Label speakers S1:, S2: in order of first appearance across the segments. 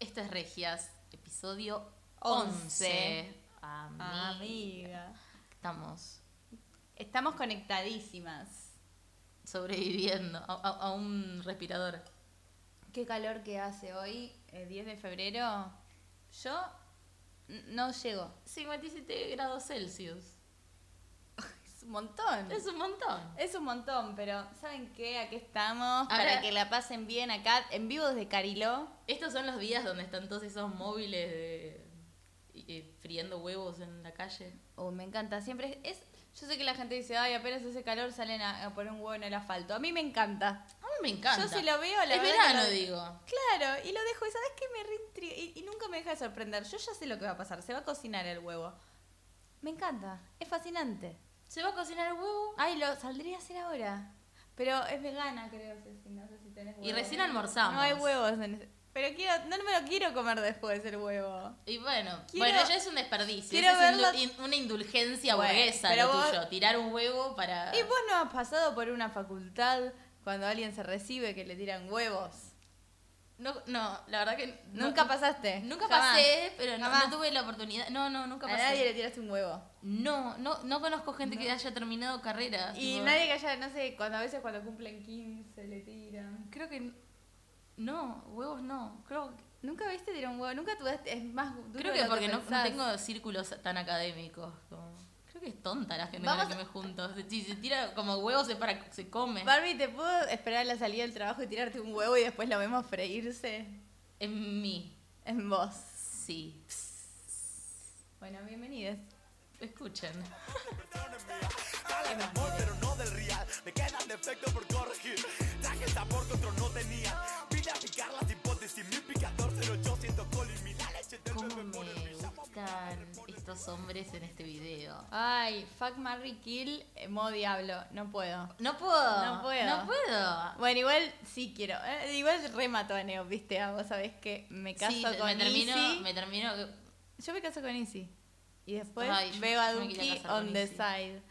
S1: Mentes Regias, episodio
S2: Once.
S1: 11. Amiga.
S2: Amiga.
S1: Estamos
S2: Estamos conectadísimas.
S1: sobreviviendo a, a- a un respirador.
S2: Qué calor que hace hoy, el 10 de febrero. Yo n- no llego.
S1: 57 grados Celsius.
S2: Es un montón.
S1: Es un montón.
S2: Es un montón, pero ¿saben qué? Aquí estamos
S1: Ahora-
S2: para que la pasen bien acá, en vivo desde Cariló.
S1: Estos son los días donde están todos esos móviles de, y- y friendo huevos en la calle.
S2: Oh, me encanta, siempre es, es- Yo sé que la gente dice, ay, apenas hace calor salen a, a poner un huevo en el asfalto. A mí me encanta.
S1: A mí me encanta.
S2: Yo si lo veo, la
S1: Es
S2: verdad que
S1: verano,
S2: lo-
S1: digo.
S2: Claro, y lo dejo, y sabes que me reintriga, y, y nunca me deja de sorprender. Yo ya sé lo que va a pasar, se va a cocinar el huevo. Me encanta, es fascinante.
S1: ¿Se va a cocinar el huevo?
S2: Ay, lo saldría a hacer ahora. Pero es vegana, creo, Ceci, no sé si tenés
S1: Y
S2: huevo.
S1: recién almorzamos.
S2: No hay huevos en ese- Pero quiero, no me lo quiero comer después el huevo.
S1: Y bueno,
S2: Quiero-
S1: bueno, ya es un desperdicio.
S2: quiero
S1: Esa es
S2: verlas-
S1: indu- in- una indulgencia
S2: Bueno,
S1: burguesa
S2: pero
S1: lo
S2: vos-
S1: tuyo. Tirar un huevo para.
S2: ¿Y vos no has pasado por una facultad cuando alguien se recibe que le tiran huevos?
S1: No, no, la verdad que. no-
S2: Nunca pasaste.
S1: Nunca
S2: Jamás.
S1: pasé, pero no,
S2: Jamás.
S1: no tuve la oportunidad. No, no, nunca
S2: A
S1: pasé.
S2: nadie le tiraste un huevo.
S1: No, no, no conozco gente que haya terminado carreras.
S2: Y
S1: tipo,
S2: nadie que haya, no sé, cuando a veces cuando cumplen 15 le tiran.
S1: Creo que. No, huevos no. Creo,
S2: Nunca viste tirar un huevo, nunca tuviste, es más duro
S1: creo
S2: de
S1: que
S2: lo
S1: porque no, no
S2: pensás.
S1: tengo círculos tan académicos. como- Creo que es tonta la gente
S2: Vamos
S1: con la que
S2: a-
S1: me junto. Si- Si se tira como huevos es para se come.
S2: Barbie, ¿te puedo esperar a la salida del trabajo y tirarte un huevo y después lo vemos freírse
S1: En mí,
S2: en vos?
S1: sí.
S2: Bueno, bienvenidos.
S1: Escuchen.
S3: Dale de amor, pero no del real. Me quedan defectos por corregir. Traje el sabor que otro no tenía. Vine a picar las hipótesis. Mi picador 0800 colin. Mi la leche del
S1: ¿Cómo
S3: bebé
S1: me
S3: por el brillo.
S1: gustan estos hombres en este video?
S2: Ay, fuck, marry, kill, eh, modo diablo, no puedo.
S1: No puedo.
S2: No puedo.
S1: No puedo.
S2: Bueno, igual sí quiero. eh, igual remato a Neo, viste, ah, vos sabés que me caso
S1: Sí,
S2: con
S1: me termino,
S2: Izzy.
S1: me termino.
S2: Yo me caso con Izzy. Y después
S1: Ay, yo-
S2: veo a
S1: yo me quería
S2: Duki
S1: casar con
S2: on the
S1: Izzy.
S2: side.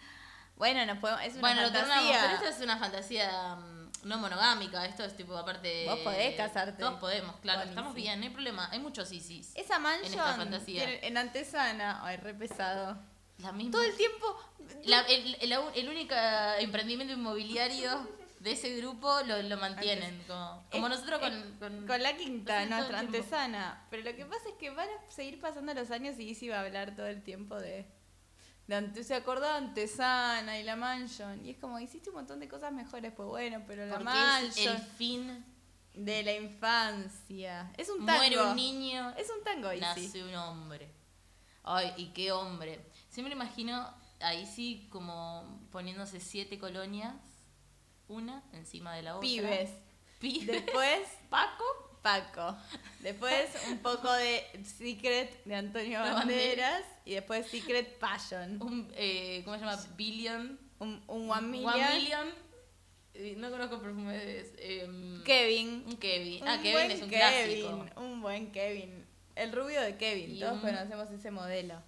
S2: Bueno, nos podemos, es una
S1: Bueno, lo
S2: fantasía.
S1: turnamos, pero esto es una fantasía mm, no monogámica, esto es tipo aparte.
S2: Vos podés casarte.
S1: Todos podemos, claro,
S2: Con
S1: estamos
S2: Izzy.
S1: bien, no hay problema, hay muchos ISIS.
S2: Esa
S1: esta
S2: mansión
S1: fantasía.
S2: tiene- en antesana, ay, re pesado.
S1: La misma.
S2: Todo el tiempo
S1: la- el, el, el único emprendimiento inmobiliario de ese grupo lo, lo mantienen, como, como
S2: Es-
S1: nosotros con,
S2: es-
S1: con-
S2: con la quinta,
S1: Entonces,
S2: nuestra
S1: todo el tiempo.
S2: antesana. Pero lo que pasa es que van a seguir pasando los años y Izzy va a hablar todo el tiempo de. de ante- se acordó de antesana y la mansion. Y es como, hiciste un montón de cosas mejores, pues bueno, pero la
S1: Porque es
S2: mansion.
S1: el fin,
S2: De la infancia. Es un tango.
S1: muere un niño,
S2: Es un tango, Izzy.
S1: nace un hombre. Ay, y qué hombre. Siempre imagino a Izzy como poniéndose siete colonias, una encima de la otra.
S2: Pibes.
S1: Pibes.
S2: Después,
S1: Paco.
S2: Paco. Después, un poco de Secret de Antonio
S1: De Banderas.
S2: Banderas. Y después, Secret Passion.
S1: Un, eh, ¿Cómo se llama? Billion.
S2: Un, un One Million.
S1: One million. Eh, No conozco perfumes. em,
S2: Mm. Kevin.
S1: Un Kevin. Ah,
S2: Un
S1: Kevin
S2: buen
S1: es un
S2: Kevin,
S1: clásico.
S2: Un buen Kevin. El rubio de Kevin.
S1: Y
S2: Todos
S1: un-
S2: conocemos ese modelo.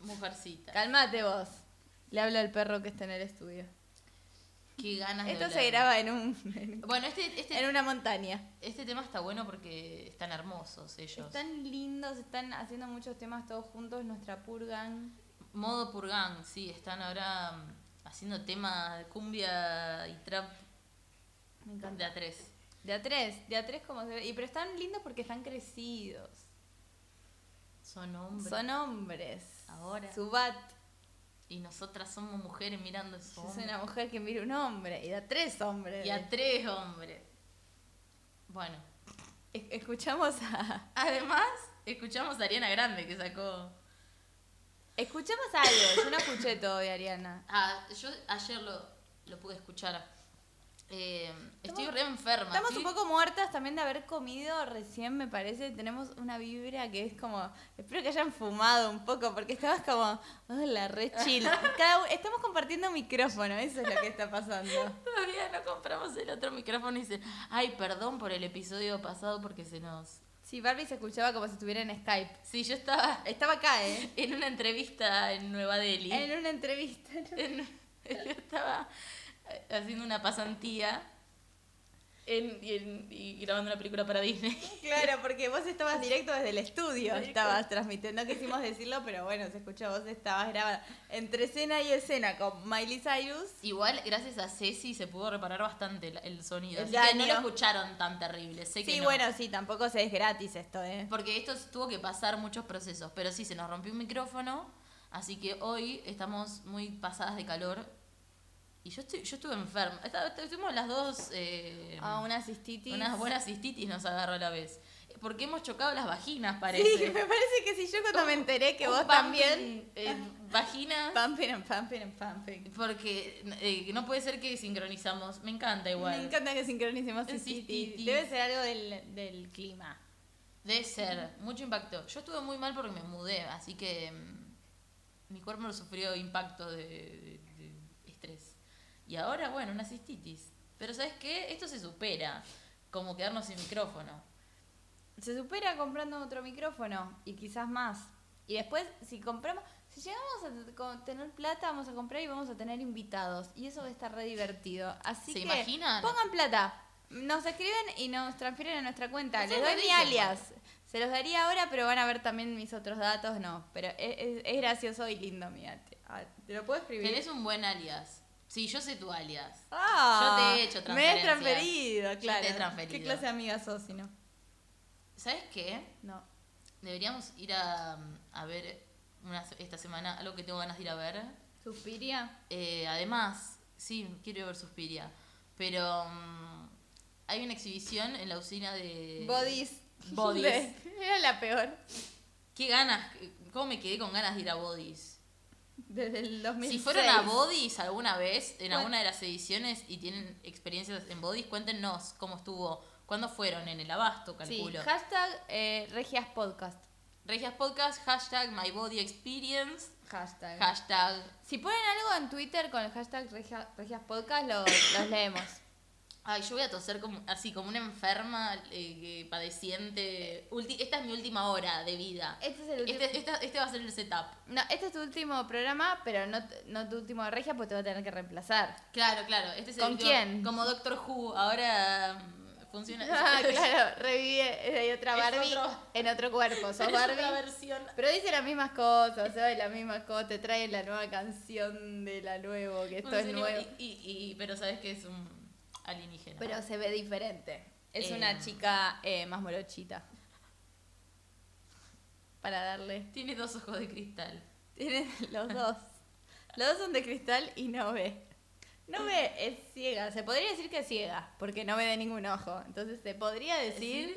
S1: Mujercita.
S2: Calmate vos. Le hablo al perro que está en el estudio.
S1: Qué ganas de
S2: Esto se
S1: hablar.
S2: graba en un en-
S1: Bueno, este, este,
S2: en una montaña.
S1: este tema está bueno porque están hermosos ellos.
S2: Están lindos, están haciendo muchos temas todos juntos, nuestra purgan.
S1: Modo Purgan, sí, están ahora mm, haciendo temas de cumbia y trap
S2: Me
S1: de
S2: encanta.
S1: a tres.
S2: De a tres, de a tres como se ve. Y pero están lindos porque están crecidos.
S1: Son hombres.
S2: Son hombres.
S1: Ahora.
S2: Subat.
S1: Y nosotras somos mujeres mirando eso.
S2: Yo soy una mujer que mira un hombre. Y de a tres hombres.
S1: Y a tres hombres. Bueno.
S2: Es- Escuchamos a.
S1: Además, escuchamos a Ariana Grande que sacó.
S2: Escuchamos algo. Yo no escuché todo de Ariana.
S1: Ah, yo ayer lo, lo pude escuchar. Eh, estoy re enferma.
S2: Estamos
S1: estoy-
S2: un poco muertas también de haber comido recién, me parece. Tenemos una vibra que es como. Espero que hayan fumado un poco, porque estabas como. Hola, re chill. Cada u- estamos compartiendo micrófono, eso es lo que está pasando.
S1: Todavía no compramos el otro micrófono y dice, ay, perdón por el episodio pasado porque se nos...
S2: Sí, Barbie se escuchaba como si estuviera en Skype.
S1: Sí, yo estaba
S2: Estaba acá, ¿eh?
S1: en una entrevista en Nueva Delhi.
S2: En una entrevista. ¿no?
S1: eh, En- yo estaba haciendo una pasantía en- y, en- y grabando una película para Disney.
S2: Claro, porque vos estabas directo desde el estudio,
S1: Directo.
S2: estabas transmitiendo, no quisimos decirlo, pero bueno, se escuchó, vos estabas grabada entre escena y escena con Miley Cyrus.
S1: Igual, gracias a Ceci, se pudo reparar bastante el, el sonido.
S2: El
S1: Así que no lo
S2: daño.
S1: escucharon tan terrible. Sé que
S2: Sí,
S1: no.
S2: bueno, sí, tampoco se es gratis esto, ¿eh?
S1: Porque esto tuvo que pasar muchos procesos. Pero sí, se nos rompió un micrófono. Así que hoy estamos muy pasadas de calor. Y yo, estoy, yo estuve enferma. Esta- esta- Estuvimos las dos. eh,
S2: A Ah, una cistitis.
S1: unas buenas cistitis nos agarró a la vez. Porque hemos chocado las vaginas, parece.
S2: Sí, me parece Uh, que sí, yo cuando me enteré que
S1: Un
S2: vos
S1: pumping,
S2: también...
S1: eh, vaginas.
S2: Pumping and pumping and pumping.
S1: Porque eh, no puede ser que sincronizamos. Me encanta igual.
S2: Me encanta que sincronicemos
S1: El
S2: cistitis.
S1: cistitis.
S2: Debe ser algo del, del clima.
S1: Debe ser, mucho impacto. Yo estuve muy mal porque me mudé, así que mm, mi cuerpo no sufrió impacto de, de- de estrés. Y ahora, bueno, una cistitis. Pero ¿sabes qué? Esto se supera, como quedarnos sin micrófono.
S2: Se supera comprando otro micrófono y quizás más. Y después, si compramos, si llegamos a t- co- tener plata, vamos a comprar y vamos a tener invitados. Y eso va a estar re divertido. Así
S1: ¿Se
S2: que
S1: imaginan?
S2: pongan plata. Nos escriben y nos transfieren a nuestra cuenta.
S1: Nosotros
S2: Les doy
S1: lo
S2: mi
S1: dicen.
S2: alias. Se los daría ahora, pero van a ver también mis otros datos. No, pero es, es- es gracioso y lindo, mira. Te, ah, ¿te lo puedo escribir.
S1: Tenés un buen alias. Sí, yo sé tu alias. Yo
S2: Ah,
S1: te he hecho
S2: Me
S1: transferencias.
S2: has transferido,
S1: Yo te
S2: claro.
S1: he transferido.
S2: ¿Qué clase de amiga sos si no?
S1: ¿Sabes qué?
S2: No.
S1: Deberíamos ir a, a ver una, se- esta semana algo que tengo ganas de ir a ver.
S2: ¿Suspiria?
S1: Eh, además, sí, quiero ver Suspiria. Pero mm, hay una exhibición en la usina de.
S2: Bodies.
S1: Bodies.
S2: De- era la peor.
S1: Qué ganas, cómo me quedé con ganas de ir a Bodies.
S2: Desde el 2006.
S1: Si fueron a Bodies alguna vez, en
S2: Bueno.
S1: alguna de las ediciones, y tienen experiencias en Bodies, cuéntenos cómo estuvo, cuándo fueron, en el abasto,
S2: Sí,
S1: calculo.
S2: hashtag eh, Regias Podcast.
S1: Regias Podcast, hashtag MyBodyExperience,
S2: Hashtag.
S1: hashtag...
S2: si ponen algo en Twitter con el hashtag Regia- Regias Podcast, lo- los leemos.
S1: Ay, yo voy a toser como, así, como una enferma eh, que padeciente. Ulti- esta es mi última hora de vida.
S2: Este es el último.
S1: Este, esta- este va a ser el setup.
S2: No, este es tu último programa, pero no, t- no tu último de Regias, pues te va a tener que reemplazar.
S1: Claro, claro. Este es el
S2: ¿Con
S1: último-
S2: quién?
S1: Como Doctor Who. Ahora mm, funciona.
S2: Ah, claro, revive. Hay otra
S1: Es
S2: Barbie
S1: otro-
S2: en otro cuerpo. Sos
S1: Pero es otra
S2: Barbie.
S1: versión.
S2: Pero dice las mismas cosas, se oye las mismas cosas, te traen la nueva canción de la nuevo, que esto
S1: Bueno,
S2: es
S1: sería-
S2: nuevo.
S1: Y, y- y- pero sabes que es un alienígena.
S2: Pero se ve diferente. Es
S1: Eh.
S2: una chica eh, más morochita. Para darle.
S1: Tiene dos ojos de cristal.
S2: Tiene los dos. Los dos son de cristal y no ve. No ve, es ciega. Se podría decir que es ciega, porque no ve de ningún ojo. Entonces se podría decir.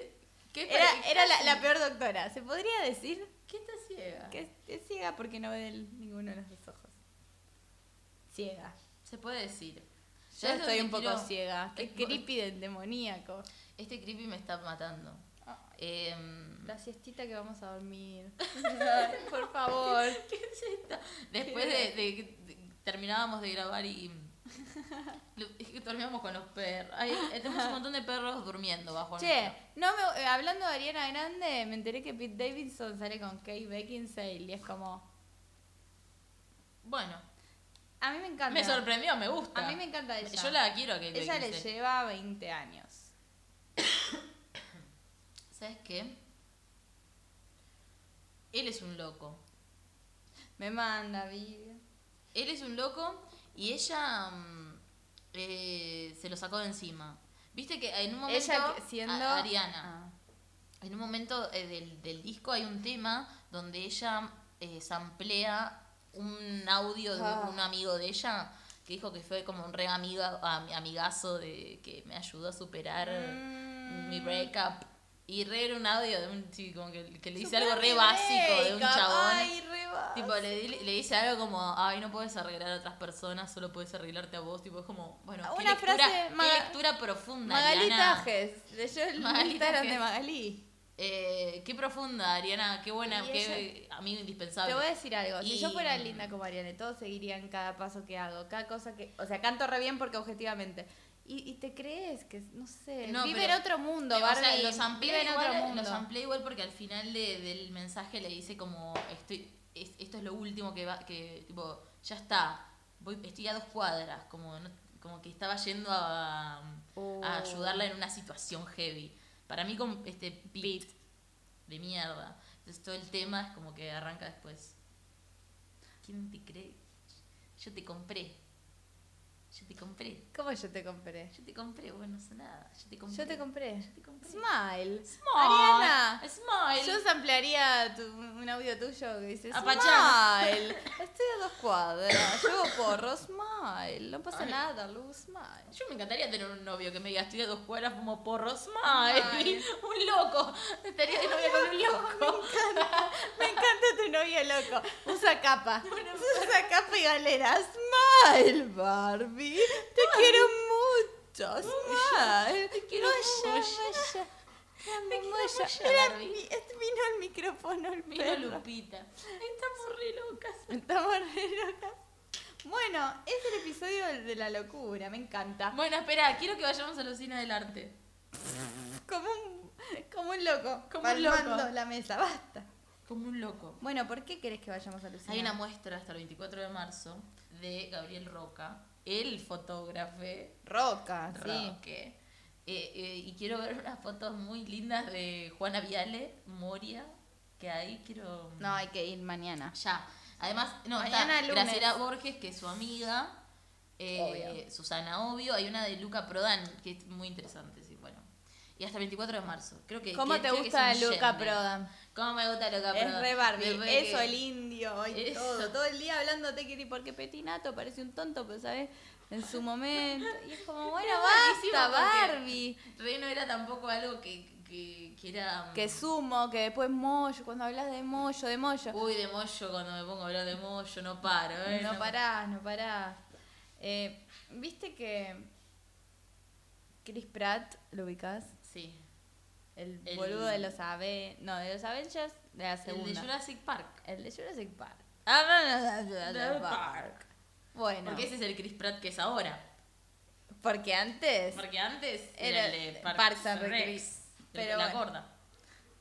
S1: ¿Qué
S2: Era, era la, la peor doctora. Se podría decir
S1: ¿Qué está ciega?
S2: que es, es ciega porque no ve de ninguno de los dos ojos. Ciega.
S1: Se puede decir.
S2: Yo
S1: ¿Sabes
S2: estoy
S1: dónde
S2: un poco
S1: quiero-
S2: ciega. Qué
S1: Es por-
S2: creepy del demoníaco.
S1: Este creepy me está matando. Em,
S2: La siestita que vamos a dormir. Ay, Por favor.
S1: ¿Qué es esto? Después de, de- de- terminábamos de grabar y lo- es que dormíamos con los perros. Ay, eh, tenemos un montón de perros durmiendo bajo
S2: Che,
S1: nuestro-
S2: no me, eh, hablando de Ariana Grande, me enteré que Pete Davidson sale con Kate Beckinsale y es como...
S1: Bueno,
S2: A mí me encanta.
S1: me sorprendió, me gusta.
S2: Ah, A mí me encanta ella.
S1: Yo la quiero que
S2: Ella
S1: que-
S2: le lleva 20 años.
S1: ¿Sabes qué? Él es un loco.
S2: Me manda vídeo.
S1: Él es un loco y ella mm, eh, se lo sacó de encima. Viste que en un momento.
S2: Ella que- siendo...
S1: a- Ariana.
S2: Ah.
S1: En un momento eh, del, del disco hay un tema donde ella eh, samplea un audio de
S2: Ah.
S1: un amigo de ella que dijo que fue como un re amiga, am- amigazo de que me ayudó a superar
S2: Mm.
S1: mi breakup. Y re era un audio de un chico que, que le dice
S2: Super
S1: algo re
S2: mi
S1: básico de un
S2: breakup.
S1: chabón.
S2: Ay, re básico.
S1: Tipo, le, di- le dice algo como, ay, no puedes arreglar a otras personas, solo puedes arreglarte a vos. Tipo, es como, bueno, qué,
S2: Una
S1: lectura,
S2: frase,
S1: qué
S2: Maga-
S1: lectura profunda,
S2: Magalí
S1: Ariana.
S2: Tajes. Leyó el
S1: Magalí
S2: Instagram de
S1: Tajes.
S2: Magalí.
S1: Eh, qué profunda, Ariana, qué buena,
S2: Y
S1: qué amigo indispensable.
S2: Te voy a decir algo, si
S1: Y-
S2: yo fuera linda como Ariane, todos seguirían cada paso que hago, cada cosa que, o sea, canto re bien porque objetivamente. Y, y te crees que, no sé,
S1: No,
S2: vive
S1: pero-
S2: en otro mundo,
S1: Eh, o
S2: Barbie,
S1: sea, los amplié
S2: vive en
S1: igual, eh,
S2: otro mundo.
S1: los amplié igual porque al final de- del mensaje le dice como, estoy, es- esto es lo último que va, que tipo, ya está, voy, estoy a dos cuadras, como, no- como que estaba yendo a,
S2: Oh.
S1: a ayudarla en una situación heavy. Para mí con este beat de mierda. Entonces todo el tema es como que arranca después. ¿Quién te cree? Yo te compré. Yo te compré.
S2: ¿Cómo yo te compré?
S1: Yo te compré, bueno, no sé nada. Yo te compré.
S2: Yo te compré.
S1: Yo te compré.
S2: Smile.
S1: Smile.
S2: Ariana.
S1: Smile.
S2: Yo ampliaría tu- un audio tuyo que dice
S1: Apachá.
S2: Smile. Estoy a dos cuadras. Llevo porro, smile. No pasa nada, Luz, smile.
S1: Yo me encantaría tener un novio que me diga, estoy a dos cuadras, fumo porro, smile.
S2: Smile.
S1: un loco. Estaría de novia con un loco.
S2: Me encanta tu novio loco. Usa capa. Usa capa y galera. Smile, Barbie. Te quiero mucho. Smile. Te
S1: quiero mucho.
S2: Vaya,
S1: Te quiero
S2: vaya.
S1: mucho,
S2: Era
S1: Barbie.
S2: mi- es- vino el micrófono, el
S1: Mira
S2: perro.
S1: Lupita. Estamos re locas.
S2: Estamos re locas. Bueno, es el episodio de la locura, me encanta.
S1: Bueno, espera, quiero que vayamos a la cine del arte.
S2: Como un, como un loco,
S1: Como un
S2: palmando
S1: loco.
S2: la mesa, basta.
S1: Como un loco.
S2: Bueno, ¿por qué querés que vayamos a Lucina?
S1: Hay una muestra hasta el 24 de marzo de Gabriel Roca, el fotógrafo
S2: roca, Ah, sí.
S1: Roque. Eh, eh, y quiero ver unas fotos muy lindas de Juana Viale, Moria, que ahí quiero...
S2: No, hay que ir mañana.
S1: Ya. Además, no,
S2: Mañana
S1: está
S2: lunes.
S1: Graciela Borges, que es su amiga. eh,
S2: Obvio.
S1: Susana Obvio. Hay una de Luca Prodan, que es muy interesante, sí, bueno. Y hasta el 24 de marzo. Creo que
S2: ¿Cómo
S1: que-
S2: te
S1: creo que
S2: gusta
S1: es un
S2: Luca
S1: gender.
S2: Prodan?
S1: ¿Cómo me gusta Luca Prodan?
S2: Es re Barbie,
S1: Después
S2: eso,
S1: que-
S2: el indio, y
S1: Eso.
S2: todo, todo el día hablándote, Kitty, porque Petinato parece un tonto, pero sabes, en su momento. Y es como, bueno,
S1: buenísimo
S2: basta,
S1: porque-
S2: Barbie.
S1: Re no era tampoco algo que, que, que era... mm,
S2: Que sumo, que después mollo, cuando hablas de mollo, de mollo.
S1: Uy, de Moyo, cuando me pongo a hablar de Moyo, no paro, ¿eh?
S2: No parás, no parás. Eh, Viste que Chris Pratt, ¿lo ubicás?
S1: Sí.
S2: El,
S1: El-
S2: boludo de los Avengers. No, de los Avengers de la
S1: El de
S2: segunda.
S1: Jurassic Park.
S2: El de Jurassic Park. Ah, no, no, no, no, no,
S1: The
S2: no,
S1: Park.
S2: Bueno,
S1: Porque ese es el Chris Pratt que es ahora.
S2: porque antes
S1: Porque antes
S2: Era
S1: era, el de Parks,
S2: Parks and
S1: and
S2: Recre-
S1: Recs, el-
S2: pero
S1: la
S2: bueno.
S1: gorda.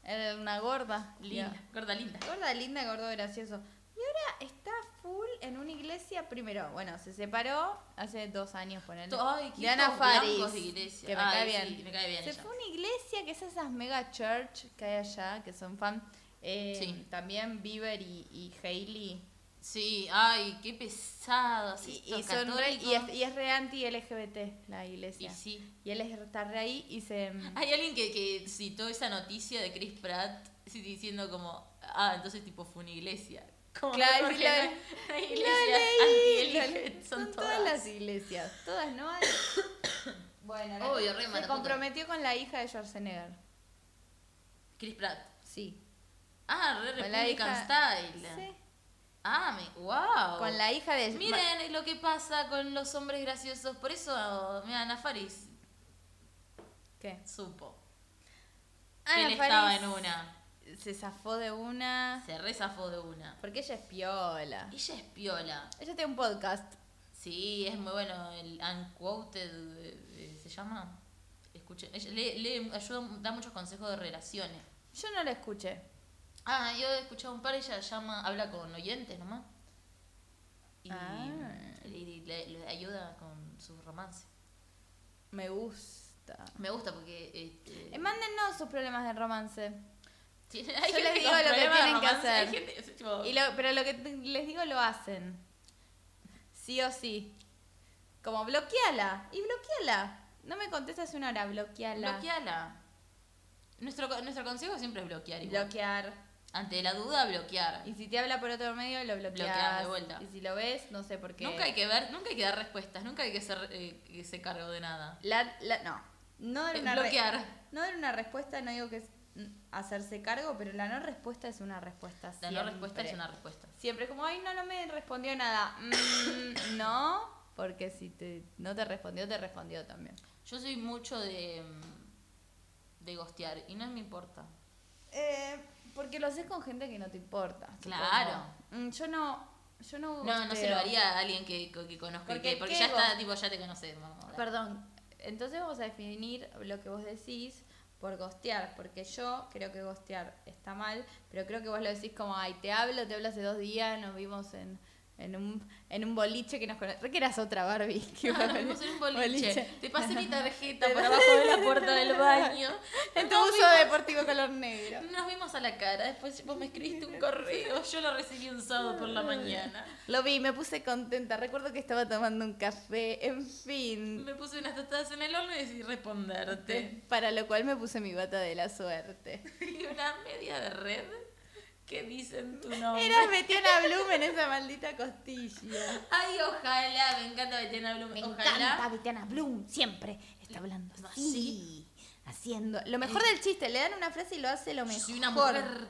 S2: era una gorda.
S1: Linda, gorda linda.
S2: Gorda linda, gordo gracioso. Y ahora está full en una iglesia primero. Bueno, se separó hace dos años, ponele.
S1: Ay, qué
S2: Diana
S1: hijos blancos de
S2: Faris.
S1: iglesia.
S2: Que me
S1: Ay,
S2: cae
S1: sí,
S2: bien.
S1: me cae bien
S2: Se
S1: ella.
S2: fue a una iglesia que es esas mega church que hay allá, que son fan. Eh,
S1: Sí.
S2: También Bieber y, y Hailey.
S1: Sí, ay, qué pesados
S2: Y,
S1: estos
S2: y son re-
S1: católicos.
S2: y, es, y es re anti-LGBT la iglesia.
S1: Y sí.
S2: Y él es- está re ahí y se.
S1: Hay alguien que, que citó esa noticia de Chris Pratt sí, diciendo como, ah, entonces tipo fue una iglesia. Como,
S2: mm, Claro,
S1: porque
S2: y lo-
S1: no Ah, hay- no hay
S2: Lo
S1: iglesias
S2: leí,
S1: anti-LGBT,
S2: lo-
S1: son
S2: todas. las iglesias. Todas no hay. bueno, la-
S1: Obvio, re
S2: se
S1: mataputa.
S2: comprometió con la hija de Schwarzenegger.
S1: Chris Pratt.
S2: Sí.
S1: Ah, re
S2: Con la
S1: Republican
S2: hija.
S1: Style.
S2: Sí.
S1: Ah, me, wow.
S2: Con la hija de.
S1: Miren lo que pasa con los hombres graciosos. Por eso, mira, Ana Faris
S2: ¿Qué?
S1: supo.
S2: Ana
S1: que él estaba
S2: Faris
S1: en una.
S2: Se zafó de una.
S1: Se rezafó de una.
S2: Porque ella es piola.
S1: Ella es piola.
S2: Ella tiene un podcast.
S1: Sí, es muy bueno. El Unquoted eh, eh, se llama. Escuchen. Ella le, le ayuda, da muchos consejos de relaciones.
S2: Yo no la escuché.
S1: Ah, yo he escuchado un par. Ella llama, habla con oyentes nomás. Y,
S2: Ah.
S1: y le, le ayuda con su romance.
S2: Me gusta.
S1: Me gusta porque. este,
S2: Eh, mándennos sus problemas de romance.
S1: Tiene- hay
S2: Yo les
S1: gente
S2: digo
S1: con
S2: lo que
S1: problemas de
S2: tienen que
S1: romance, hay
S2: hacer.
S1: gente- es tipo-
S2: Y lo- pero lo que te- les digo lo hacen. Sí o sí. Como bloqueala. Y bloqueala. No me contestas una hora, bloqueala.
S1: bloqueala. Nuestro, co- nuestro consejo siempre es bloquear. igual.
S2: Bloquear.
S1: Ante la duda, bloquear.
S2: Y si te habla por otro medio, lo
S1: Bloqueás
S2: bloqueas.
S1: de vuelta.
S2: Y si lo ves, no sé por qué.
S1: Nunca hay que ver, nunca hay que dar respuestas, nunca hay que ser eh, que se cargo de nada.
S2: La- la- no. No dar,
S1: Eh,
S2: una re-
S1: bloquear.
S2: no dar una respuesta, no digo que es mm, hacerse cargo, pero la no respuesta es una respuesta.
S1: La no respuesta es una respuesta.
S2: Siempre es como, ay, no, no me respondió nada. Mm, no, porque si te, no te respondió, te respondió también.
S1: Yo soy mucho de mm, de gostear y no me importa.
S2: Eh, porque lo haces con gente que no te importa. supongo.
S1: Claro.
S2: Mm, Yo no. Yo no.
S1: No, no se lo
S2: creo.
S1: haría a alguien que, co- que conozco y
S2: Porque
S1: que- porque
S2: ¿qué
S1: ya
S2: vos-
S1: está tipo ya te conoces, vamos, dale.
S2: Perdón. Entonces vamos a definir lo que vos decís por gostear. Porque yo creo que gostear está mal. Pero creo que vos lo decís como, ay, te hablo, te hablo hace dos días, nos vimos en, en en un, en un boliche que nos conocía. que eras otra Barbie. que iba
S1: Nos
S2: con-
S1: vimos en un boliche. Te pasé mi tarjeta
S2: Te
S1: por
S2: la-
S1: abajo de la puerta del baño.
S2: En tu
S1: Nos
S2: uso
S1: vimos-
S2: deportivo color negro.
S1: No Nos vimos a la cara, después vos me escribiste un correo, yo lo recibí un sábado por la mañana.
S2: Lo vi, me puse contenta. Recuerdo que estaba tomando un café, en fin.
S1: Me puse unas tostadas en el horno y decidí responderte.
S2: Para lo cual me puse mi bata de la suerte.
S1: Y una media de red que dicen tu nombre.
S2: Eras Betiana Bloom en esa maldita costilla.
S1: Ay, ojalá, me encanta Betiana Blum.
S2: Me
S1: ojalá.
S2: encanta Betiana Bloom, siempre está hablando
S1: No,
S2: así. Haciendo. Lo mejor del chiste, le dan una frase y lo hace lo
S1: Yo
S2: mejor.
S1: soy una mujer.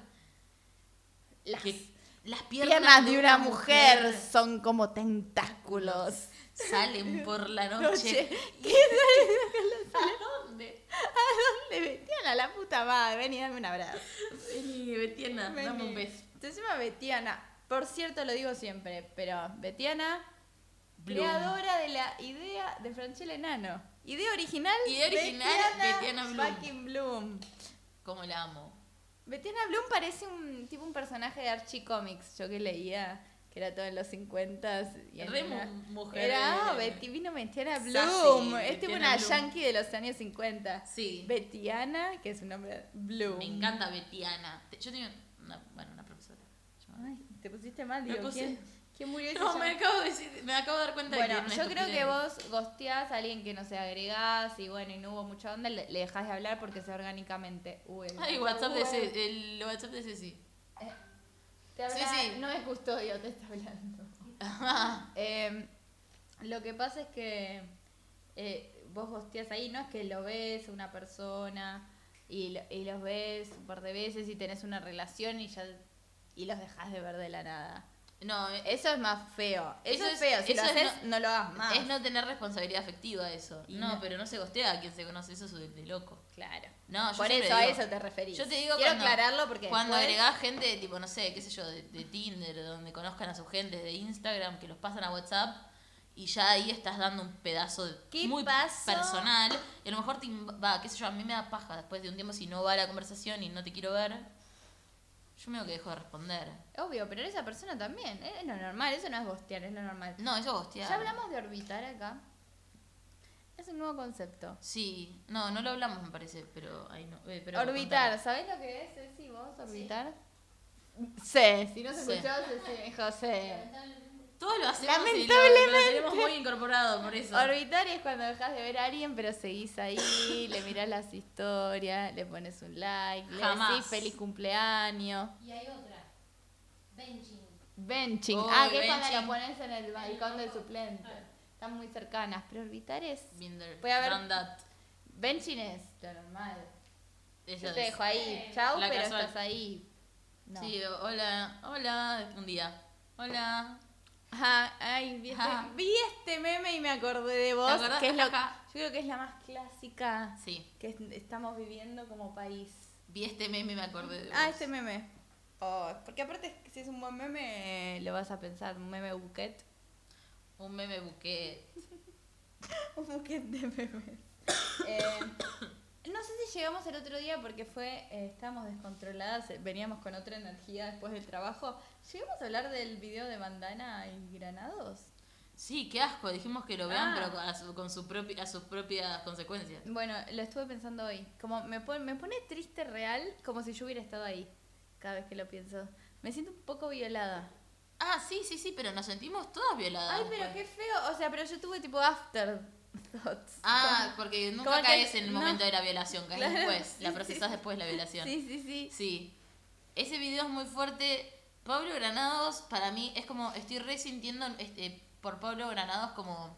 S2: Las
S1: que- las piernas,
S2: piernas, de una mujer, son como tentáculos.
S1: salen por la
S2: Noche.
S1: noche.
S2: ¿Qué tal?
S1: ¿A dónde?
S2: ¿Dónde Betiana? La puta madre. Ven y dame un abrazo.
S1: Vení, Betiana, dame un beso.
S2: Te llama Betiana. Por cierto, lo digo siempre, pero Betiana,
S1: Bloom.
S2: creadora de la idea de Franchella Enano. Idea original.
S1: Idea original, Betiana Bloom.
S2: fucking Bloom.
S1: Como la amo.
S2: Betiana Bloom parece un tipo un personaje de Archie Comics, yo que leía, que era todo en los 50 y en
S1: Re
S2: una-
S1: mu- mujer.
S2: Era,
S1: eh,
S2: ah, Beti- vino Betiana
S1: Sassy,
S2: Bloom. es tipo
S1: Betiana
S2: una
S1: Bloom.
S2: yankee de los años 50.
S1: Sí.
S2: Betiana, que es un nombre Bloom.
S1: Me encanta Betiana. Te- Yo tenía una, bueno, una profesora.
S2: Ay, te pusiste mal,
S1: Me
S2: digo,
S1: puse-
S2: ¿quién, quién murió y se
S1: No,
S2: llama-
S1: me acabo de decir, me acabo de dar cuenta de
S2: Bueno,
S1: que era
S2: yo
S1: una
S2: creo que
S1: estupidez.
S2: vos gosteás a alguien que no se agregás y bueno, y no hubo mucha onda, le, le dejás de hablar porque se orgánicamente huele.
S1: Ay, WhatsApp de ese, el WhatsApp de ese sí.
S2: Te habla-
S1: Sí, sí.
S2: No es custodio, te está hablando. Eh, lo que pasa es que eh, vos gosteás ahí, no es que lo ves a una persona y, lo- y los ves un par de veces y tenés una relación y ya y los dejás de ver de la nada.
S1: No, eh,
S2: Eso es más feo. Eso,
S1: Eso
S2: es
S1: es-
S2: feo. Si
S1: eso
S2: lo
S1: es
S2: haces, no, lo hagas más.
S1: es no tener responsabilidad afectiva eso.
S2: Y
S1: no,
S2: no.
S1: pero no se gostea a quien se conoce, eso es de, de loco.
S2: Claro.
S1: No, Ah, yo
S2: Por
S1: siempre
S2: eso, a
S1: digo-
S2: eso te referís.
S1: Yo te digo
S2: Quiero
S1: cuando-
S2: aclararlo porque
S1: Cuando
S2: después-
S1: agregás gente, de tipo, no sé, qué sé yo, de, de Tinder, donde conozcan a su gente, de Instagram, que los pasan a WhatsApp, y ya ahí estás dando un pedazo de-
S2: ¿Qué
S1: muy
S2: pasó?
S1: personal. Y a lo mejor te inv- va, qué sé yo, a mí me da paja después de un tiempo si no va la conversación y no te quiero ver. Yo me que dejo de responder.
S2: Obvio, pero esa persona también. eh, Es lo normal, eso no es gostear, es lo normal.
S1: No, eso hostia.
S2: Ya hablamos de orbitar acá. Es un nuevo concepto.
S1: Sí, no, no lo hablamos, me parece, pero ahí no. eh, pero
S2: orbitar,
S1: contalo.
S2: ¿sabés lo que es, Ceci, vos, orbitar? Sí, si no se
S1: Sí.
S2: escuchó, Ceci dijo sí.
S1: Todo lo hacemos y lo- lo,
S2: Lamentablemente.
S1: tenemos muy incorporado, por eso.
S2: Orbitar es cuando dejas de ver a alguien, pero seguís ahí, le mirás las historias, le pones un like, le
S1: Jamás.
S2: decís feliz cumpleaños.
S4: Y hay otra. Benching.
S2: Benching.
S1: Oh,
S2: ah, que es
S1: benching.
S2: cuando la pones en el balcón del suplente.
S4: Ah.
S2: Están muy cercanas, pero orbitar es.
S1: Binder,
S2: Puede haber-
S1: done that.
S2: Benching es lo normal.
S1: Eso
S2: Yo te
S1: es.
S2: dejo ahí. Chau,
S1: La
S2: pero
S1: casual.
S2: estás ahí. No.
S1: Sí, hola, hola, un día. Hola.
S2: Ajá, ay, vi este,
S1: Ajá.
S2: vi este meme y me acordé de vos,
S1: acordás?
S2: que es lo,
S1: Ajá.
S2: yo creo que es la más clásica
S1: Sí,
S2: que es- estamos viviendo como país.
S1: vi este meme y me acordé de vos.
S2: Ah, este meme. Oh, porque aparte es que si es un buen meme, eh, lo vas a pensar, un meme buquet.
S1: Un meme buquet.
S2: Un buquet de memes. Eh, no sé si llegamos el otro día porque fue, eh, estábamos descontroladas, eh, veníamos con otra energía después del trabajo. ¿Llegamos a hablar del video de Bandana y Granados?
S1: Sí, qué asco, dijimos que lo vean,
S2: Ah.
S1: pero a, su- con su propi- a sus propias consecuencias.
S2: Bueno, lo estuve pensando hoy. Como me pone, me pone triste real como si yo hubiera estado ahí cada vez que lo pienso. Me siento un poco violada.
S1: Ah, sí, sí, sí, pero nos sentimos todas violadas.
S2: Ay, pero
S1: después.
S2: qué feo. O sea, pero yo tuve tipo afterthoughts.
S1: Ah, porque
S2: como
S1: nunca
S2: que-
S1: caes en el
S2: no.
S1: momento de la violación, caes
S2: Claro,
S1: después,
S2: sí,
S1: la procesás
S2: sí.
S1: después de la violación.
S2: Sí, sí, sí.
S1: Sí. Ese video es muy fuerte. Pablo Granados, para mí, es como. Estoy resintiendo este, por Pablo Granados como.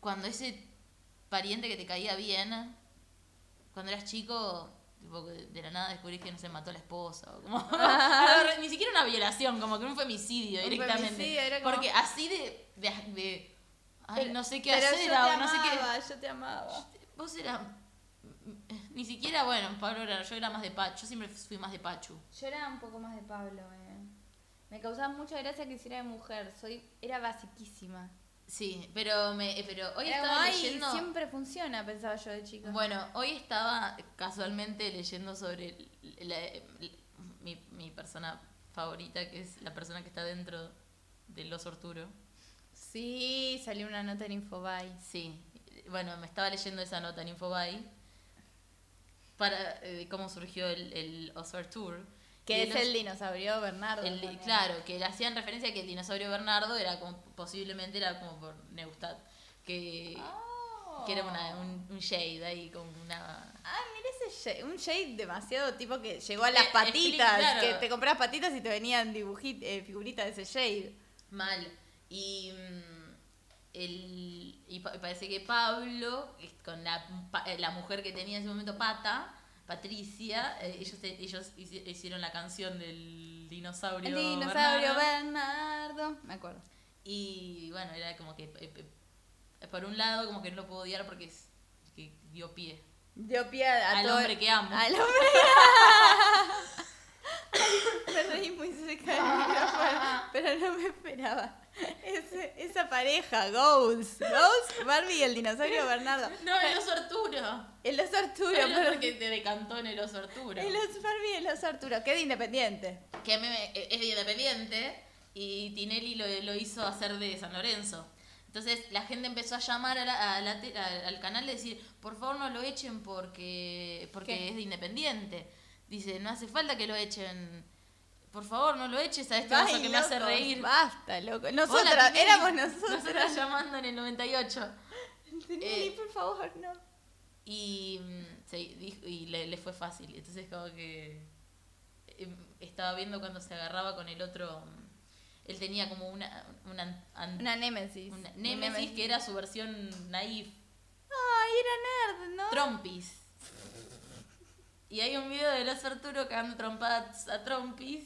S1: Cuando ese pariente que te caía bien, cuando eras chico, tipo, que de la nada descubrís que no se mató a la esposa. O como, algo re- ni siquiera una violación, como que un femicidio
S2: Un
S1: directamente.
S2: femicidio, era como-
S1: Porque así de. de, de- ay,
S2: Pero-
S1: no sé qué
S2: pero
S1: hacer,
S2: yo te
S1: o no sé qué.
S2: amaba, Yo te amaba.
S1: Vos eras. Ni siquiera, bueno, Pablo era. Yo era más de Pachu. Yo siempre fui más de Pachu.
S2: Yo era un poco más de Pablo, eh. Me causaba mucha gracia que hiciera de mujer. Soy, era basiquísima.
S1: Sí, pero me, eh, pero hoy
S2: Era
S1: estaba
S2: como, "Ay,
S1: leyendo.
S2: siempre funciona, pensaba yo de chica.
S1: Bueno, hoy estaba casualmente leyendo sobre la- la- mi, mi persona favorita, que es la persona que está dentro del oso Arturo.
S2: Sí, salió una nota en Infobay.
S1: Sí, bueno, me estaba leyendo esa nota en Infobay para eh, cómo surgió el, el oso Arturo.
S2: Que
S1: Y
S2: es
S1: os-
S2: el dinosaurio Bernardo.
S1: el-
S2: también.
S1: claro, que le hacían referencia a que el dinosaurio Bernardo era como, posiblemente era como por Neustadt, que,
S2: Oh.
S1: que era una- un, un shade ahí, como una...
S2: Ah, mira ese shade, un shade demasiado tipo que llegó a las
S1: Eh,
S2: patitas,
S1: explica- claro.
S2: que te compras patitas y te venían dibujitos, eh, figuritas de ese shade.
S1: Mal. Y, mm, el, y pa- parece que Pablo, es- con la, pa- eh, la mujer que tenía en ese momento Pata, Patricia, eh, ellos, te- ellos hici- hicieron la canción del dinosaurio.
S2: El dinosaurio
S1: Bernardo.
S2: Bernardo. Me acuerdo.
S1: Y bueno, era como que, eh, eh, por un lado, como que no lo puedo odiar porque es- que dio pie.
S2: Dio pie a
S1: Al
S2: todo-
S1: hombre que amo.
S2: Al hombre Me reí muy cerca del micrófono, pero no me esperaba. Ese- esa pareja, Goals. Goals, Barbie y el dinosaurio Bernardo.
S1: No, el oso Arturo.
S2: El oso Arturo,
S1: Pero
S2: perdón.
S1: porque te decantó en el oso Arturo.
S2: El oso Barbie y el oso Arturo. Queda independiente.
S1: que a mí me- es independiente y Tinelli lo, lo hizo hacer de San Lorenzo. Entonces la gente empezó a llamar a la- a la te- a- al canal y decir, por favor no lo echen porque, porque
S2: ¿Qué?
S1: es de independiente. Dice, no hace falta que lo echen. Por favor, no lo eches a este
S2: Basta,
S1: oso que me hace
S2: locos,
S1: reír.
S2: Basta, loco.
S1: Hola,
S2: Nosotras,
S1: Tinelli.
S2: éramos nosotras.
S1: Nosotras llamando en el 98.
S2: Tinelli,
S1: Eh.
S2: por favor, no.
S1: Y, mm, se dijo- y le, le fue fácil. Entonces como que em, estaba viendo cuando se agarraba con el otro. mm, Él tenía como una, una, an-
S2: Una némesis.
S1: una némesis que era su versión naif,
S2: Ay, era nerd, ¿no?
S1: Trompis. Y hay un video de los Arturo cagando trompadas a Trompis.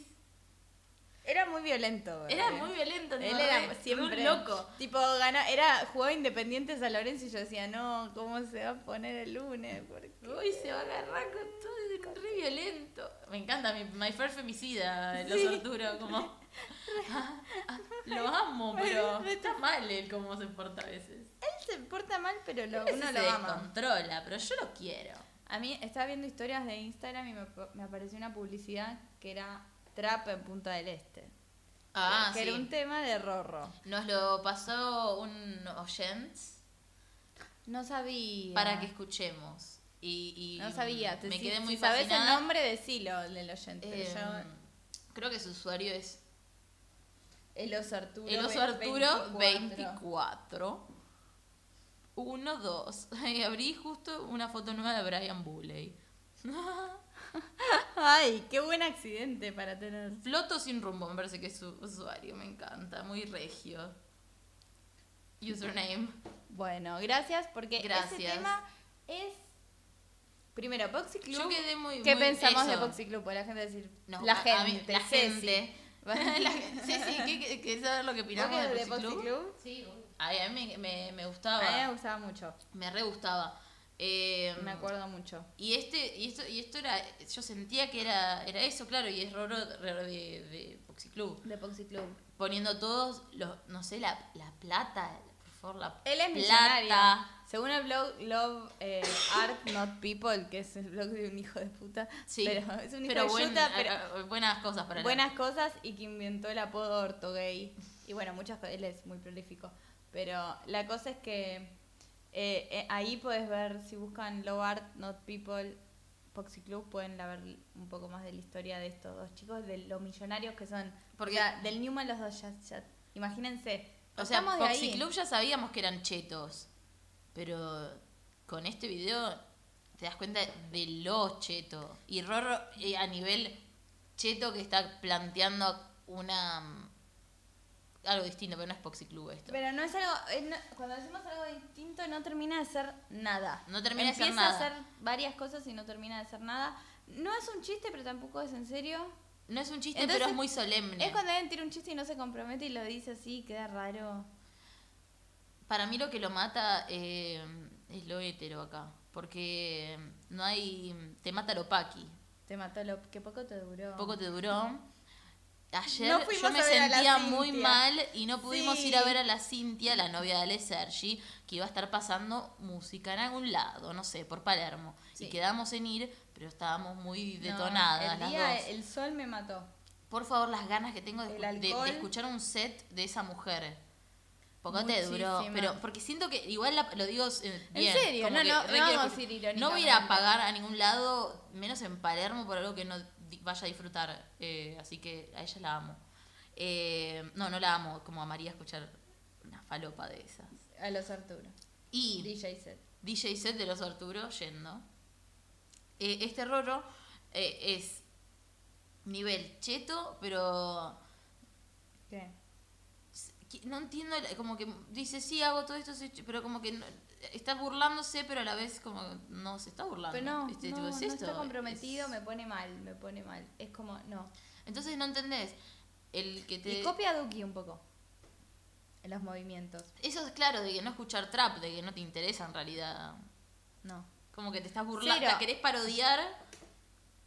S2: Era muy violento. Barbie.
S1: Era muy violento,
S2: Él
S1: tipo, re-
S2: era
S1: re
S2: siempre
S1: un loco.
S2: Tipo, ganó, era, jugaba Independiente San Lorenzo y yo decía, no, ¿cómo se va a poner el lunes? ¿Por qué?".
S1: Uy, se va a agarrar con todo, es re violento. Me encanta, mi, my first femicida, el
S2: Sí.
S1: oso Arturo, como... Ah, ah, lo amo, pero está mal el cómo se porta a veces.
S2: Él se porta mal, pero lo,
S1: A veces
S2: uno
S1: se
S2: lo ama.
S1: descontrola, pero yo lo quiero.
S2: A mí estaba viendo historias de Instagram y me, me apareció una publicidad que era Trap en Punta del Este.
S1: Ah,
S2: que era un tema de Rorro.
S1: Nos lo pasó un oyente
S2: No sabía.
S1: para que escuchemos. Y, y
S2: ah. No sabía. Te-
S1: me
S2: si-
S1: quedé muy
S2: si sabes el
S1: fascinada.
S2: nombre, decilo del oyente. pero
S1: Eh,
S2: yo-
S1: creo que su usuario es
S2: el oso Arturo.
S1: El oso
S2: ve-
S1: Arturo
S2: 24.
S1: 24. 1, 2. Y abrí justo una foto nueva de Brian Bulley.
S2: Ay, qué buen accidente para tener.
S1: Floto sin rumbo, me parece que es su usuario. Me encanta, muy regio. Username.
S2: Bueno, gracias porque ese
S1: Gracias.
S2: tema es primero Boxy Club.
S1: Yo quedé muy.
S2: ¿Qué
S1: muy-
S2: pensamos
S1: eso.
S2: de Boxy Club? Por la gente decir,
S1: No,
S2: la
S1: a-
S2: gente,
S1: a mí- la
S2: Ceci.
S1: gente.
S2: ¿Vos
S1: La gente- sí, sí, ¿qué- qué- ¿querés saber lo que opinamos
S2: qué
S1: de
S2: de
S1: Boxy Club?
S4: Sí, obvio.
S1: Ay, a mí me, me- me
S2: A
S1: gustaba.
S2: mí me gustaba mucho,
S1: Me re gustaba. Eh,
S2: me acuerdo mucho.
S1: Y este, y esto, y esto era, yo sentía que era, era eso, claro, y es raro de, de Boxy Club.
S2: De Boxy Club.
S1: Poniendo todos los, no sé, la, la plata, por favor, la
S2: Él es millonario.
S1: plata.
S2: Según el blog Love eh, Art Not People, que es el blog de un hijo de puta,
S1: Sí.
S2: pero es un hijo
S1: Pero
S2: de
S1: buen-
S2: puta,
S1: a-
S2: pero
S1: a- buenas cosas para él.
S2: buenas cosas y que inventó el apodo ortogay. Y bueno, muchas cosas, él es muy prolífico. Pero la cosa es que eh, eh, ahí puedes ver, si buscan Low Art, Not People, Poxy Club, pueden la ver un poco más de la historia de estos dos chicos, de los millonarios que son.
S1: Porque-
S2: o sea, del Newman los dos, ya, ya- imagínense.
S1: O sea,
S2: Partamos de
S1: Boxy
S2: ahí.
S1: Club ya sabíamos que eran chetos, pero con este video te das cuenta de lo cheto. Y Rorro, eh, a nivel cheto que está planteando una... mm, Algo distinto, pero no es Boxy Club esto.
S2: Pero no es algo. eh, no- cuando decimos algo distinto, no termina de ser nada.
S1: No termina de ser
S2: Empieza
S1: nada.
S2: a hacer varias cosas y no termina de ser nada. No es un chiste, pero tampoco es en serio.
S1: No es un chiste,
S2: Entonces,
S1: pero es muy solemne.
S2: Es cuando alguien tira un chiste y no se compromete y lo dice así, queda raro.
S1: Para mí lo que lo mata eh, es lo hétero acá. Porque mm, no hay... Te mata lo paqui.
S2: Te mató lo que poco te duró.
S1: Poco te duró. Ayer
S2: No
S1: yo
S2: fuimos
S1: me
S2: a ver a la
S1: sentía muy
S2: Cintia.
S1: mal y no pudimos
S2: Sí.
S1: ir a ver a la Cintia, la novia de Ale Sergi, que iba a estar pasando música en algún lado, no sé, por Palermo.
S2: Sí.
S1: Y quedamos en ir, pero estábamos muy
S2: No,
S1: detonadas
S2: el
S1: las
S2: día
S1: dos.
S2: el sol me mató.
S1: por favor, las ganas que tengo de,
S2: El
S1: escu- de- de
S2: alcohol.
S1: escuchar un set de esa mujer. Porque no te duró,
S2: Muchísimas.
S1: pero porque siento que igual la- lo digo eh, bien.
S2: serio,
S1: como
S2: no,
S1: que
S2: no,
S1: re
S2: no
S1: quiero
S2: vamos a
S1: escuchar.
S2: ir
S1: No voy a ir a
S2: irónicamente.
S1: pagar a ningún lado, menos en Palermo, por algo que no di- vaya a disfrutar. Eh, así que a ella la amo. Eh, no, no la amo, como amaría escuchar una falopa de esas.
S2: A los Arturo.
S1: Y
S2: DJ set.
S1: DJ set de los Arturo yendo. Eh, este Roro eh, es nivel cheto, pero
S2: ¿Qué?
S1: s- qui- no entiendo, la- como que dice, sí, hago todo esto, soy ch- pero como que no- está burlándose, pero a la vez como no se está burlando.
S2: Pero no,
S1: Este,
S2: no,
S1: tipo,
S2: no
S1: es esto,
S2: está comprometido,
S1: es-
S2: me pone mal, me pone mal. Es como, no.
S1: Entonces no entendés. El que te...
S2: Y copia a Duki un poco. En los movimientos.
S1: Eso es claro, de que no escuchar trap, de que no te interesa en realidad.
S2: No.
S1: Como que te estás burlando,
S2: Cero.
S1: hasta querés parodiar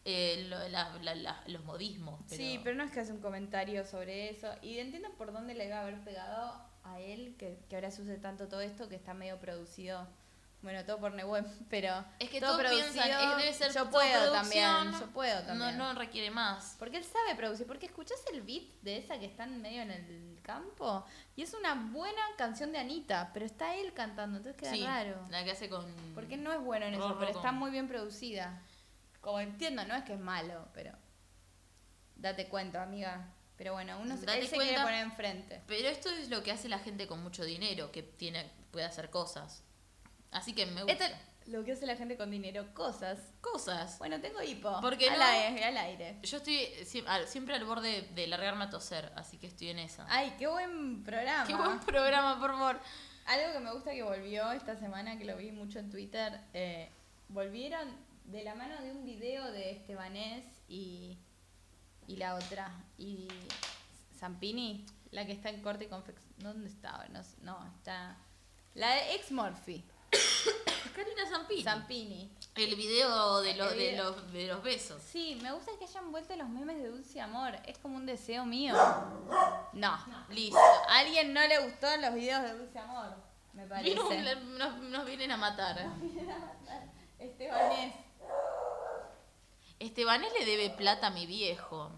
S1: eh, lo- la- la- la- los modismos. Pero...
S2: Sí, pero no es que hace un comentario sobre eso. Y entiendo por dónde le iba a haber pegado a él, que, que ahora se use tanto todo esto, que está medio producido. Bueno, todo por Nehuen, pero.
S1: Es que todos piensan,
S2: producido,
S1: es- debe ser
S2: Yo
S1: todo
S2: puedo
S1: producción,
S2: también, yo puedo también.
S1: No, no requiere más.
S2: Porque él sabe producir, porque escuchás el beat de esa que está en medio en el campo y es una buena canción de Anita, pero está él cantando, entonces queda
S1: sí,
S2: raro.
S1: la que hace con...
S2: Porque él no es bueno en eso,
S1: Rorro
S2: pero está
S1: con-
S2: muy bien producida. Como entiendo, no es que es malo, pero date cuenta, amiga. Pero bueno, uno se-
S1: Date
S2: él se quiere
S1: cuenta.
S2: poner enfrente.
S1: Pero esto es lo que hace la gente con mucho dinero, que tiene puede hacer cosas. Así que me gusta.
S2: Esto es lo que hace la gente con dinero, cosas.
S1: Cosas.
S2: Bueno, tengo hipo.
S1: ¿Por qué
S2: al
S1: no?
S2: aire, al aire.
S1: Yo estoy sie- al- siempre al borde de largarme a toser, así que estoy en esa.
S2: Ay, qué buen programa.
S1: Qué buen programa, por favor.
S2: Algo que me gusta que volvió esta semana, que lo vi mucho en Twitter, eh, volvieron de la mano de un video de Estebanés y, y la otra, y Zampini, la que está en corte y confección. ¿Dónde está? No, sé, no, está. La de ex Murphy,
S1: Carolina Zampini.
S2: Zampini.
S1: El video de los,
S2: El
S1: de
S2: video.
S1: los, de los besos.
S2: Sí, me gusta que hayan vuelto los memes de Dulce Amor, es como un deseo mío. No,
S1: Listo.
S2: a alguien no le gustó los videos de Dulce Amor, me parece.
S1: Vino un- nos, nos vienen a matar.
S2: Estebanés.
S1: Estebanés le debe plata a mi viejo.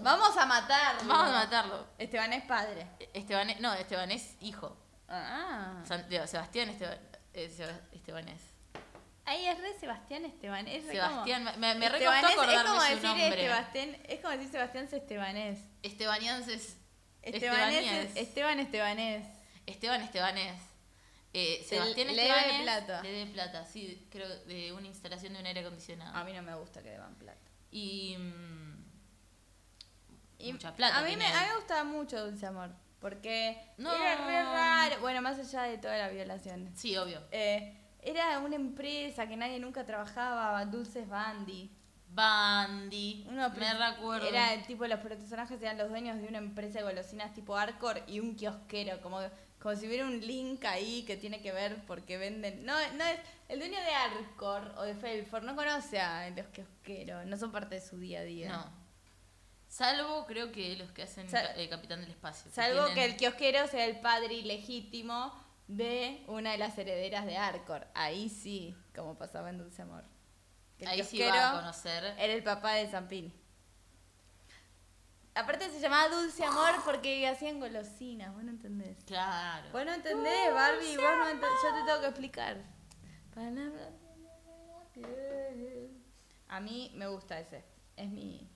S2: Vamos a matarlo.
S1: Vamos a matarlo.
S2: Esteban es padre.
S1: Estebanés, no, Estebanés hijo.
S2: Ah.
S1: San- de- Sebastián Esteban- eh, Seba- Estebanés.
S2: Ahí es re Sebastián Esteban. Es re
S1: Sebastián,
S2: como-
S1: me, me recostó
S2: Estebanés,
S1: acordarme
S2: es como
S1: su
S2: decir
S1: nombre.
S2: Estebastián- es como decir Sebastián es Estebanés.
S1: Estebanians es...
S2: Estebanés es-
S1: Estebanías.
S2: Esteban Estebanés.
S1: Esteban Estebanés. Eh,
S2: Se-
S1: Sebastián
S2: le debe
S1: Estebanés
S2: plata.
S1: le debe plata, sí, creo, de una instalación de un aire acondicionado.
S2: A mí no me gusta que deban plata.
S1: Y... mm,
S2: Y
S1: mucha plata.
S2: A mí, me,
S1: tenía.
S2: a mí me gustaba mucho Dulce Amor. Porque
S1: No.
S2: era re raro. Bueno, más allá de todas las violaciones.
S1: Sí, obvio.
S2: Eh, era una empresa que nadie nunca trabajaba, Dulces Bandy.
S1: Bandy.
S2: Uno
S1: me
S2: pri-
S1: recuerdo.
S2: Era el tipo, los personajes eran los dueños de una empresa de golosinas tipo Arcor y un kiosquero, como, como si hubiera un link ahí que tiene que ver porque venden. No, no es. El dueño de Arcor o de Felford no conoce a los kiosqueros, no son parte de su día a día.
S1: No. Salvo creo que los que hacen
S2: Sal-
S1: ca- eh, Capitán del Espacio. que
S2: Salvo que
S1: tienen-
S2: el kiosquero sea el padre ilegítimo de una de las herederas de Arcor. Ahí sí, como pasaba en Dulce Amor. El
S1: Ahí sí
S2: kiosquero
S1: va a conocer.
S2: Era el papá de Zampini. Aparte se llamaba Dulce Amor porque hacían golosinas, vos no entendés.
S1: Claro.
S2: Vos no entendés, Barbie, vos no entendés. Yo te tengo que explicar. Palabra- A mí me gusta ese. Es mi.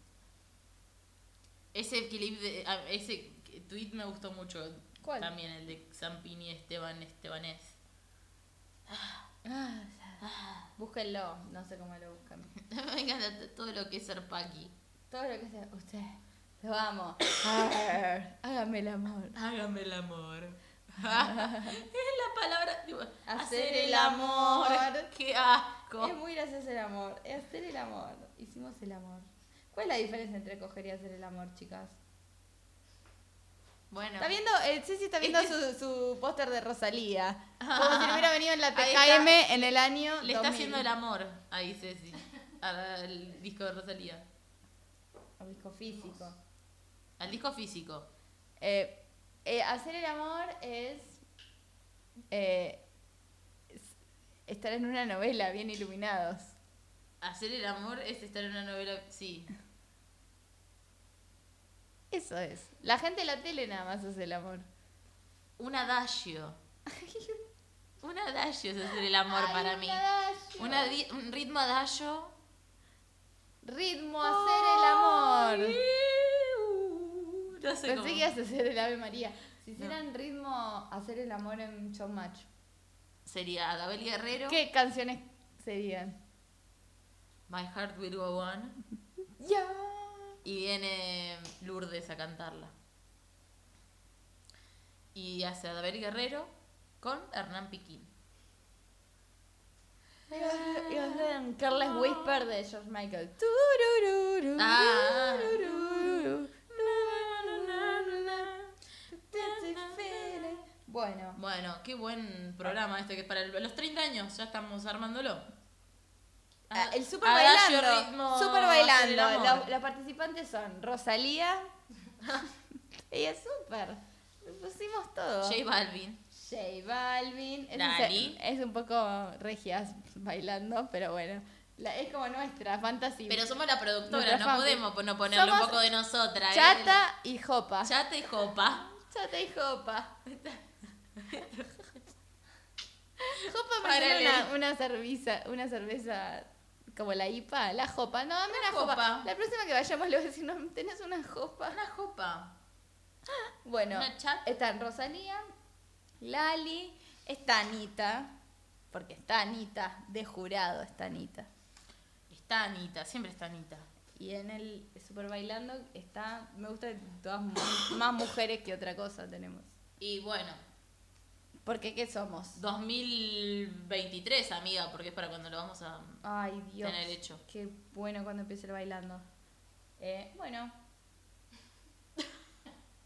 S1: Ese clip de- a- ese tweet me gustó mucho.
S2: ¿Cuál?
S1: También el de Zampini Esteban Estebanés.
S2: Búsquenlo, no sé cómo lo buscan.
S1: me encanta t- todo lo que es ser paqui.
S2: Todo lo que sea. Usted. Lo amo. Arr, Hágame el amor.
S1: Hágame el amor. es la palabra. tipo,
S2: Hacer el amor.
S1: Qué asco.
S2: Es muy gracioso el amor. Es hacer el amor. Hicimos el amor. ¿Cuál es la diferencia entre coger y hacer el amor, chicas?
S1: Bueno.
S2: Está viendo, eh, Ceci está viendo su, su póster de Rosalía. Como si hubiera venido en la
S1: Ahí está.
S2: TKM en el año.
S1: Le está
S2: 2000.
S1: haciendo el amor ahí, Ceci. Al disco de Rosalía.
S2: Al disco físico.
S1: Al disco físico.
S2: Eh, eh, hacer el amor es, eh, es estar en una novela bien iluminados.
S1: Hacer el amor es estar en una novela. Sí.
S2: Eso es. La gente de la tele nada más hace el amor.
S1: Un adagio. Un adagio es hacer el amor
S2: Ay,
S1: para
S2: un
S1: mí.
S2: adagio.
S1: Una di- un ritmo adagio.
S2: Ritmo, Oh, hacer el amor.
S1: Ay, No sé
S2: Pensé
S1: cómo.
S2: que ibas a hacer el Ave María. Si hicieran ritmo, hacer el amor en John Match.
S1: Sería Adabel Guerrero.
S2: ¿Qué canciones serían?
S1: My Heart Will Go On.
S2: Ya.
S1: Y viene Lourdes a cantarla. Y hace Adabel Guerrero con Hernán Piquín.
S2: Y vas a hacer Carles Whisper de George Michael.
S1: Ah.
S2: Bueno,
S1: Bueno, qué buen programa este que es para el- los 30 años. Ya estamos armándolo.
S2: ah, el super
S1: Adagio,
S2: bailando.
S1: ritmo,
S2: super
S1: hacer el
S2: bailando.
S1: amor.
S2: La- Las participantes son Rosalía. Ella es super. Pusimos todo.
S1: J Balvin.
S2: J Balvin. Es,
S1: Dali.
S2: un, es un poco regias bailando, pero bueno. La- es como nuestra fantasía.
S1: Pero somos la productora,
S2: Nuestra
S1: no
S2: fan.
S1: podemos no ponerle un
S2: Somos
S1: poco de nosotras. ¿eh?
S2: Chata y Jopa.
S1: Chata y Jopa.
S2: Chata y Jopa. Jopa me
S1: Para
S2: suena
S1: leer.
S2: una, una cerveza, una cerveza como la IPA, la Jopa. No, dame
S1: Una
S2: una, jopa.
S1: Jopa.
S2: La próxima que vayamos le voy a decir, no, tenés una Jopa.
S1: Una Jopa.
S2: Bueno,
S1: Una chat.
S2: están Rosalía, Lali, está Anita, porque está Anita, de jurado está Anita.
S1: Está Anita, siempre está Anita.
S2: Y en el Super Bailando está, me gusta que todas mu- más mujeres que otra cosa tenemos.
S1: Y bueno,
S2: Porque ¿qué somos?
S1: 2023, amiga, porque es para cuando lo vamos a.
S2: Ay, Dios.
S1: Tener hecho.
S2: Qué bueno cuando empiece el bailando. Eh, bueno,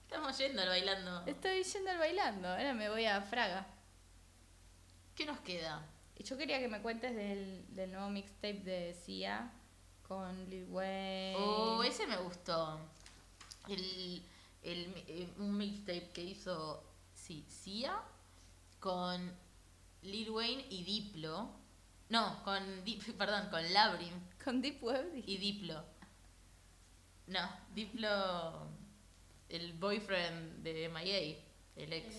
S1: Estamos yendo al bailando.
S2: estoy yendo al bailando. Ahora me voy a Fraga.
S1: ¿Qué nos queda?
S2: Y Yo quería que me cuentes del, del nuevo mixtape de Sia con Lil Wayne.
S1: Oh, ese me gustó. El, el- eh, un mixtape que hizo sí, Sia con Lil Wayne y Diplo. No, con Dip- perdón, con Labrin
S2: Con Deep Web. dije.
S1: y Diplo. No, Diplo el boyfriend de MIA, el ex.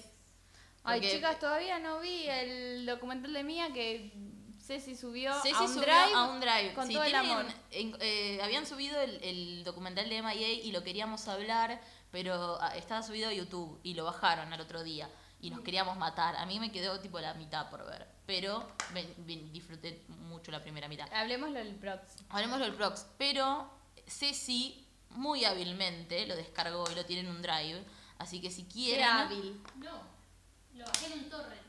S2: Ay,
S1: Porque
S2: chicas, todavía no vi el documental de Mía que Ceci subió
S1: Ceci
S2: a un
S1: subió
S2: drive.
S1: a un drive.
S2: con
S1: Sí,
S2: todo el
S1: tienen-
S2: amor.
S1: en- eh, habían subido el, el documental de MIA y lo queríamos hablar, pero ah, estaba subido a YouTube y lo bajaron al otro día y nos queríamos matar. A mí me quedó tipo la mitad por ver, pero me- me disfruté mucho la primera mitad.
S2: Hablemoslo el próximo.
S1: Hablemos del Prox, pero Ceci muy hábilmente lo descargó y lo tiene en un drive. Así que si quieren.
S2: Era hábil.
S4: No, lo bajé en un torrent.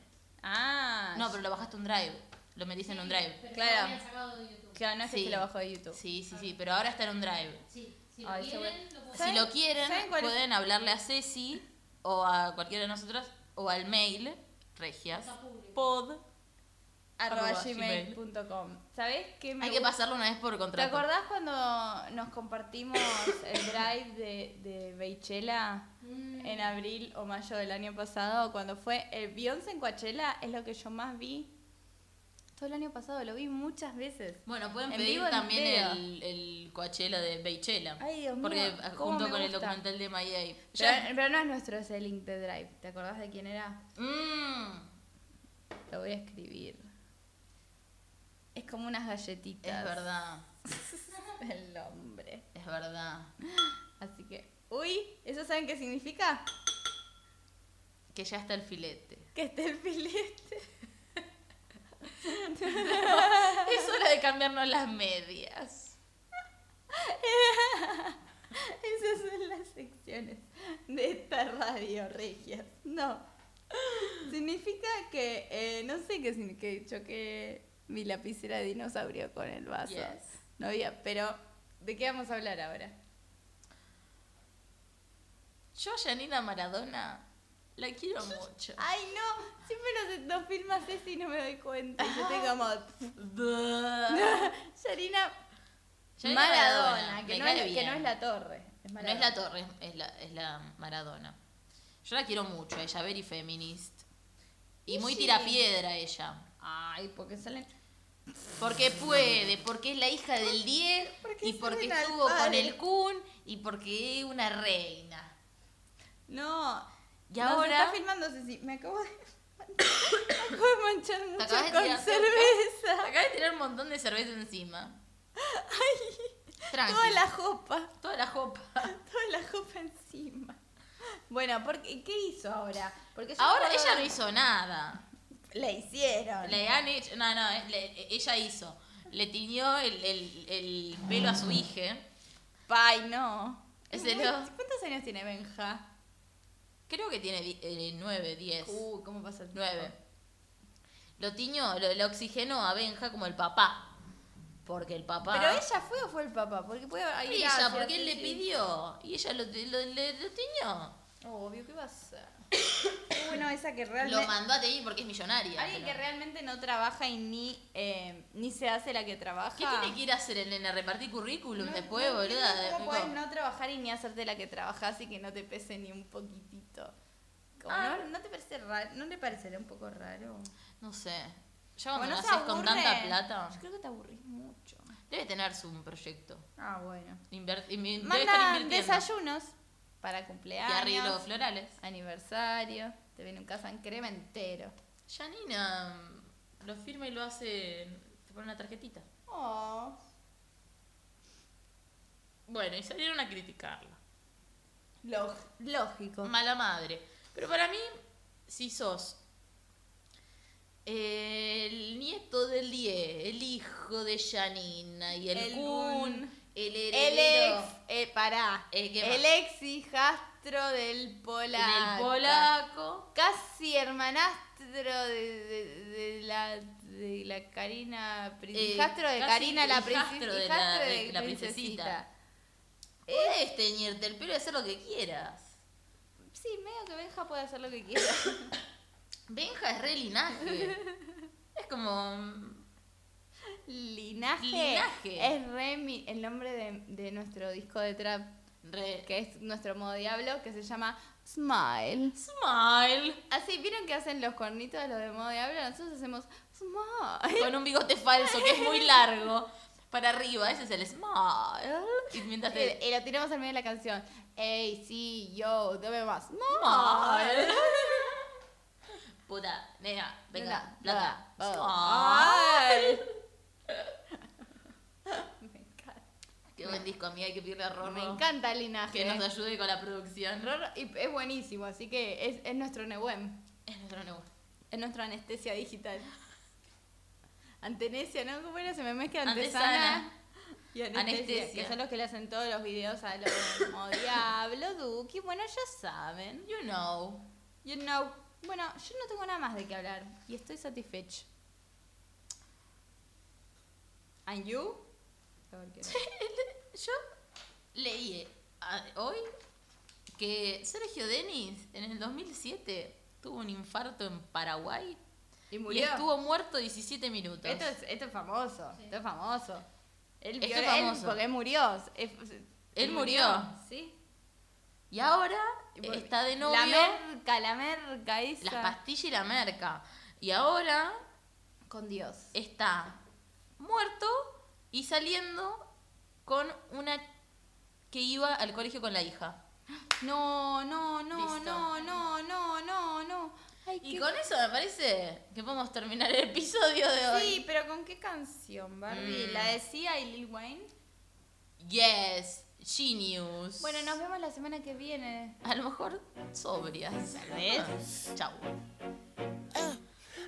S2: Ah,
S1: No, pero lo bajaste en un drive. Lo metiste en un drive.
S4: Pero
S2: Claro.
S4: lo habían sacado de YouTube.
S2: claro, no es
S1: Sí.
S2: que se lo bajó de YouTube.
S1: Sí, sí, sí, pero ahora está en un drive.
S4: Sí, si
S2: Ay,
S4: lo
S2: se
S4: quieren,
S2: vuelve-
S4: lo puedo
S1: Si
S2: ¿Saben-
S1: lo quieren,
S2: saben cuál es?
S1: pueden hablarle a Ceci o a cualquiera de nosotras o al mail regias
S4: Está público.
S1: pod.
S2: arroba
S1: Arroba
S2: gmail punto com. ¿Sabés qué me
S1: Hay que
S2: gusta?
S1: pasarlo una vez por
S2: ¿Te
S1: contrato.
S2: acordás cuando nos compartimos el drive de, de Beychella
S4: Mm.
S2: en abril o mayo del año pasado? Cuando fue el Beyoncé en Coachella es lo que yo más vi todo el año pasado, lo vi muchas veces.
S1: Bueno, pueden
S2: En
S1: pedir
S2: vivo
S1: también
S2: entero.
S1: el, el Coachella de Beychella.
S2: Ay, Dios mío,
S1: Porque ah,
S2: cómo
S1: junto
S2: me
S1: con el
S2: gusta. eh,
S1: documental de MIA.
S2: Pero,
S1: Ya-
S2: pero no es nuestro ese link de drive, ¿te acordás de quién era?
S1: Mm,
S2: Lo voy a escribir. Es como unas galletitas.
S1: es verdad,
S2: El nombre.
S1: es verdad.
S2: Así que, uy, ¿eso saben qué significa?
S1: Que ya está el filete.
S2: Que esté el filete.
S1: Es hora de cambiarnos las medias.
S2: Esas son las secciones de esta radio, Regias. No. Significa que, eh, no sé qué significa, que choqué mi lapicera de dinosaurio con el vaso.
S1: Yes.
S2: No había, pero ¿de qué vamos a hablar ahora?
S1: Yo a Janina Maradona la quiero mucho.
S2: Ay, no, siempre los, los filma Ceci y no me doy cuenta. Yo estoy como, Yarina
S1: Yanina
S2: Maradona,
S1: me
S2: que, no
S1: cae
S2: es, que
S1: bien.
S2: no es la torre. Es
S1: No es la
S2: Maradona.
S1: Torre, es la, es la Maradona. Yo la quiero mucho, ella, very feminist. Y muy
S2: Y sí.
S1: tirapiedra ella.
S2: Ay, porque salen...
S1: Porque puede, porque es la hija del 10
S2: Porque
S1: y porque
S2: sirven al
S1: estuvo con
S2: padre.
S1: el Kun y porque es una reina.
S2: No.
S1: Y
S2: nos
S1: ahora-
S2: está filmando Ceci. Me acabo de. Me acabo de manchar mucho
S1: acabas de
S2: con
S1: tirar todo.
S2: cerveza.
S1: Acaba de tirar un montón de cerveza encima. Tranqui.
S2: Toda la jopa.
S1: Toda la jopa.
S2: Toda la jopa encima. Bueno, porque, ¿qué hizo ahora? Porque yo
S1: Ahora
S2: puedo-
S1: ella no hizo nada.
S2: La hicieron.
S1: Le han hecho. No, no, eh, le- ella hizo. Le tiñó el, el- el pelo a su hija.
S2: Pai, no.
S1: Es
S2: Muy-
S1: de los-
S2: ¿Cuántos años tiene Benja?
S1: Creo que tiene di- eh, nueve, diez.
S2: Uh, ¿cómo pasa el tiempo?
S1: Nueve. Lo tiñó, lo, lo oxigenó a Benja como el papá. Porque el papá.
S2: ¿Pero ella fue o fue el papá? Porque puede
S1: Ella, porque él le pidió. Y ella lo, lo- le- lo tiñó.
S2: Obvio, ¿qué pasa? bueno, esa que
S1: Lo
S2: realmente.
S1: mandó a teñir porque es millonaria.
S2: Alguien que
S1: pero-
S2: realmente no trabaja y ni, eh, ni se hace la que trabaja.
S1: ¿Qué tiene que ir a hacer el nene? ¿Repartir currículum
S2: No-
S1: después,
S2: no entiendo
S1: boluda? Tipo,
S2: ¿Cómo puedes no trabajar y ni hacerte la que trabajas y que no te pese ni un poquitito? Como,
S1: Ah.
S2: ¿no, no te parece raro? ¿No le parecerá un poco raro?
S1: No sé. Ya cuando
S2: Bueno, no se
S1: nacés con
S2: aburre.
S1: tanta plata,
S2: Yo creo que te aburrís mucho.
S1: debe tener su un proyecto.
S2: Ah, bueno.
S1: Inver- invi- debe estar
S2: Mandan
S1: invirtiendo.
S2: desayunos para
S1: Y arreglos
S2: cumpleaños,
S1: florales.
S2: aniversario, te viene un casa en crema entero.
S1: Janina mm, lo firma y lo hace. Te pone una tarjetita.
S2: Oh.
S1: Bueno, y salieron a criticarla.
S2: lógico.
S1: Mala madre. Pero para mí, si sos eh, el nieto del 10, el hijo de Janina y el,
S2: El
S1: Kun,
S2: Kun.
S1: el
S2: El
S1: heredero.
S2: ex, eh, pará,
S1: Eh, ¿qué
S2: el
S1: más?
S2: ex hijastro del polaco.
S1: del polaco.
S2: Casi hermanastro de, de- de la, de la Karina. pri-
S1: Eh,
S2: Hijastro de
S1: casi
S2: Karina, la
S1: hijastro
S2: princesa.
S1: de la-
S2: Hijastro
S1: de
S2: de
S1: la
S2: princesita.
S1: princesita. Puedes teñirte el pelo y hacer lo que quieras.
S2: Sí, medio que Benja puede hacer lo que quiera.
S1: Benja es re linaje. Es como. mm,
S2: Linaje.
S1: Linaje.
S2: Es re mi- el nombre de, de nuestro disco de trap,
S1: Re.
S2: que es nuestro modo diablo, que se llama Smile.
S1: Smile.
S2: Así, ¿vieron que hacen los cornitos los de modo diablo? Nosotros hacemos Smile.
S1: Con un bigote falso que es muy largo. Para arriba, ese es el smile. Y mientras te.
S2: Y, y eh, lo tiramos al medio de la canción. Ey, sí, yo, dame más.
S1: Smile. Puta, nena, venga,
S2: Nena,
S1: plata. Smile.
S2: Ay. Me encanta.
S1: Qué buen disco, amiga, hay que pedirle a Rorro.
S2: Oh. Me encanta el linaje.
S1: Que nos ayude con la producción.
S2: Rorro- y es buenísimo, así que es, es nuestro Nehuen.
S1: Es nuestro nuevo.
S2: Es nuestra anestesia digital. Antenesia, ¿no? ¿Cómo era? Se me mezcla
S1: Antesana.
S2: antesana. Y anestesia,
S1: Anestesia.
S2: Que son los que le hacen todos los videos a los como Diablo, Duki. Bueno, ya saben.
S1: You know.
S2: You know. Bueno, yo no tengo nada más de qué hablar y estoy satisfecho. And you? A ver qué era.
S1: Yo leí ah, hoy que Sergio Denis en el 2007 tuvo un infarto en Paraguay
S2: Y
S1: y
S2: murió.
S1: estuvo muerto 17 minutos.
S2: esto, es, esto es famoso.
S4: Sí.
S2: Esto es famoso. Él,
S1: Esto
S2: vio-
S1: es
S2: él-
S1: famoso.
S2: porque él murió. Él,
S1: Él murió.
S2: Sí.
S1: Y ahora
S2: Y por-
S1: está de novio
S2: La merca, la merca esa.
S1: las pastillas y la merca. Y ahora
S2: Con Dios.
S1: está muerto y saliendo con una que iba al colegio con la hija.
S2: No, no, no,
S1: Listo.
S2: no, no, no, no, no. Ay,
S1: Y
S2: qué-
S1: con eso me parece que podemos terminar el episodio de hoy.
S2: Sí, pero ¿con qué canción, Barbie?
S1: Mm.
S2: ¿La decía y Lil Wayne?
S1: Yes, genius.
S2: Bueno, nos vemos la semana que viene.
S1: A lo mejor sobrias. ¿Ves? Chau.
S5: Uh,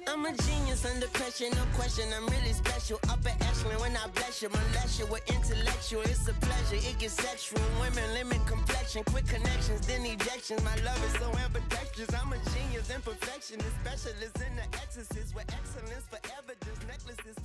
S5: I'm a genius under pressure, no question. I'm really special. Upper echelon when I bless you, molest you with intellectual. It's a pleasure, it gets sexual. Women limit complexion, quick connections, then ejections. My love is so ambidextrous. I'm a genius in perfection, a specialist in the exorcist with excellence for evidence. Necklaces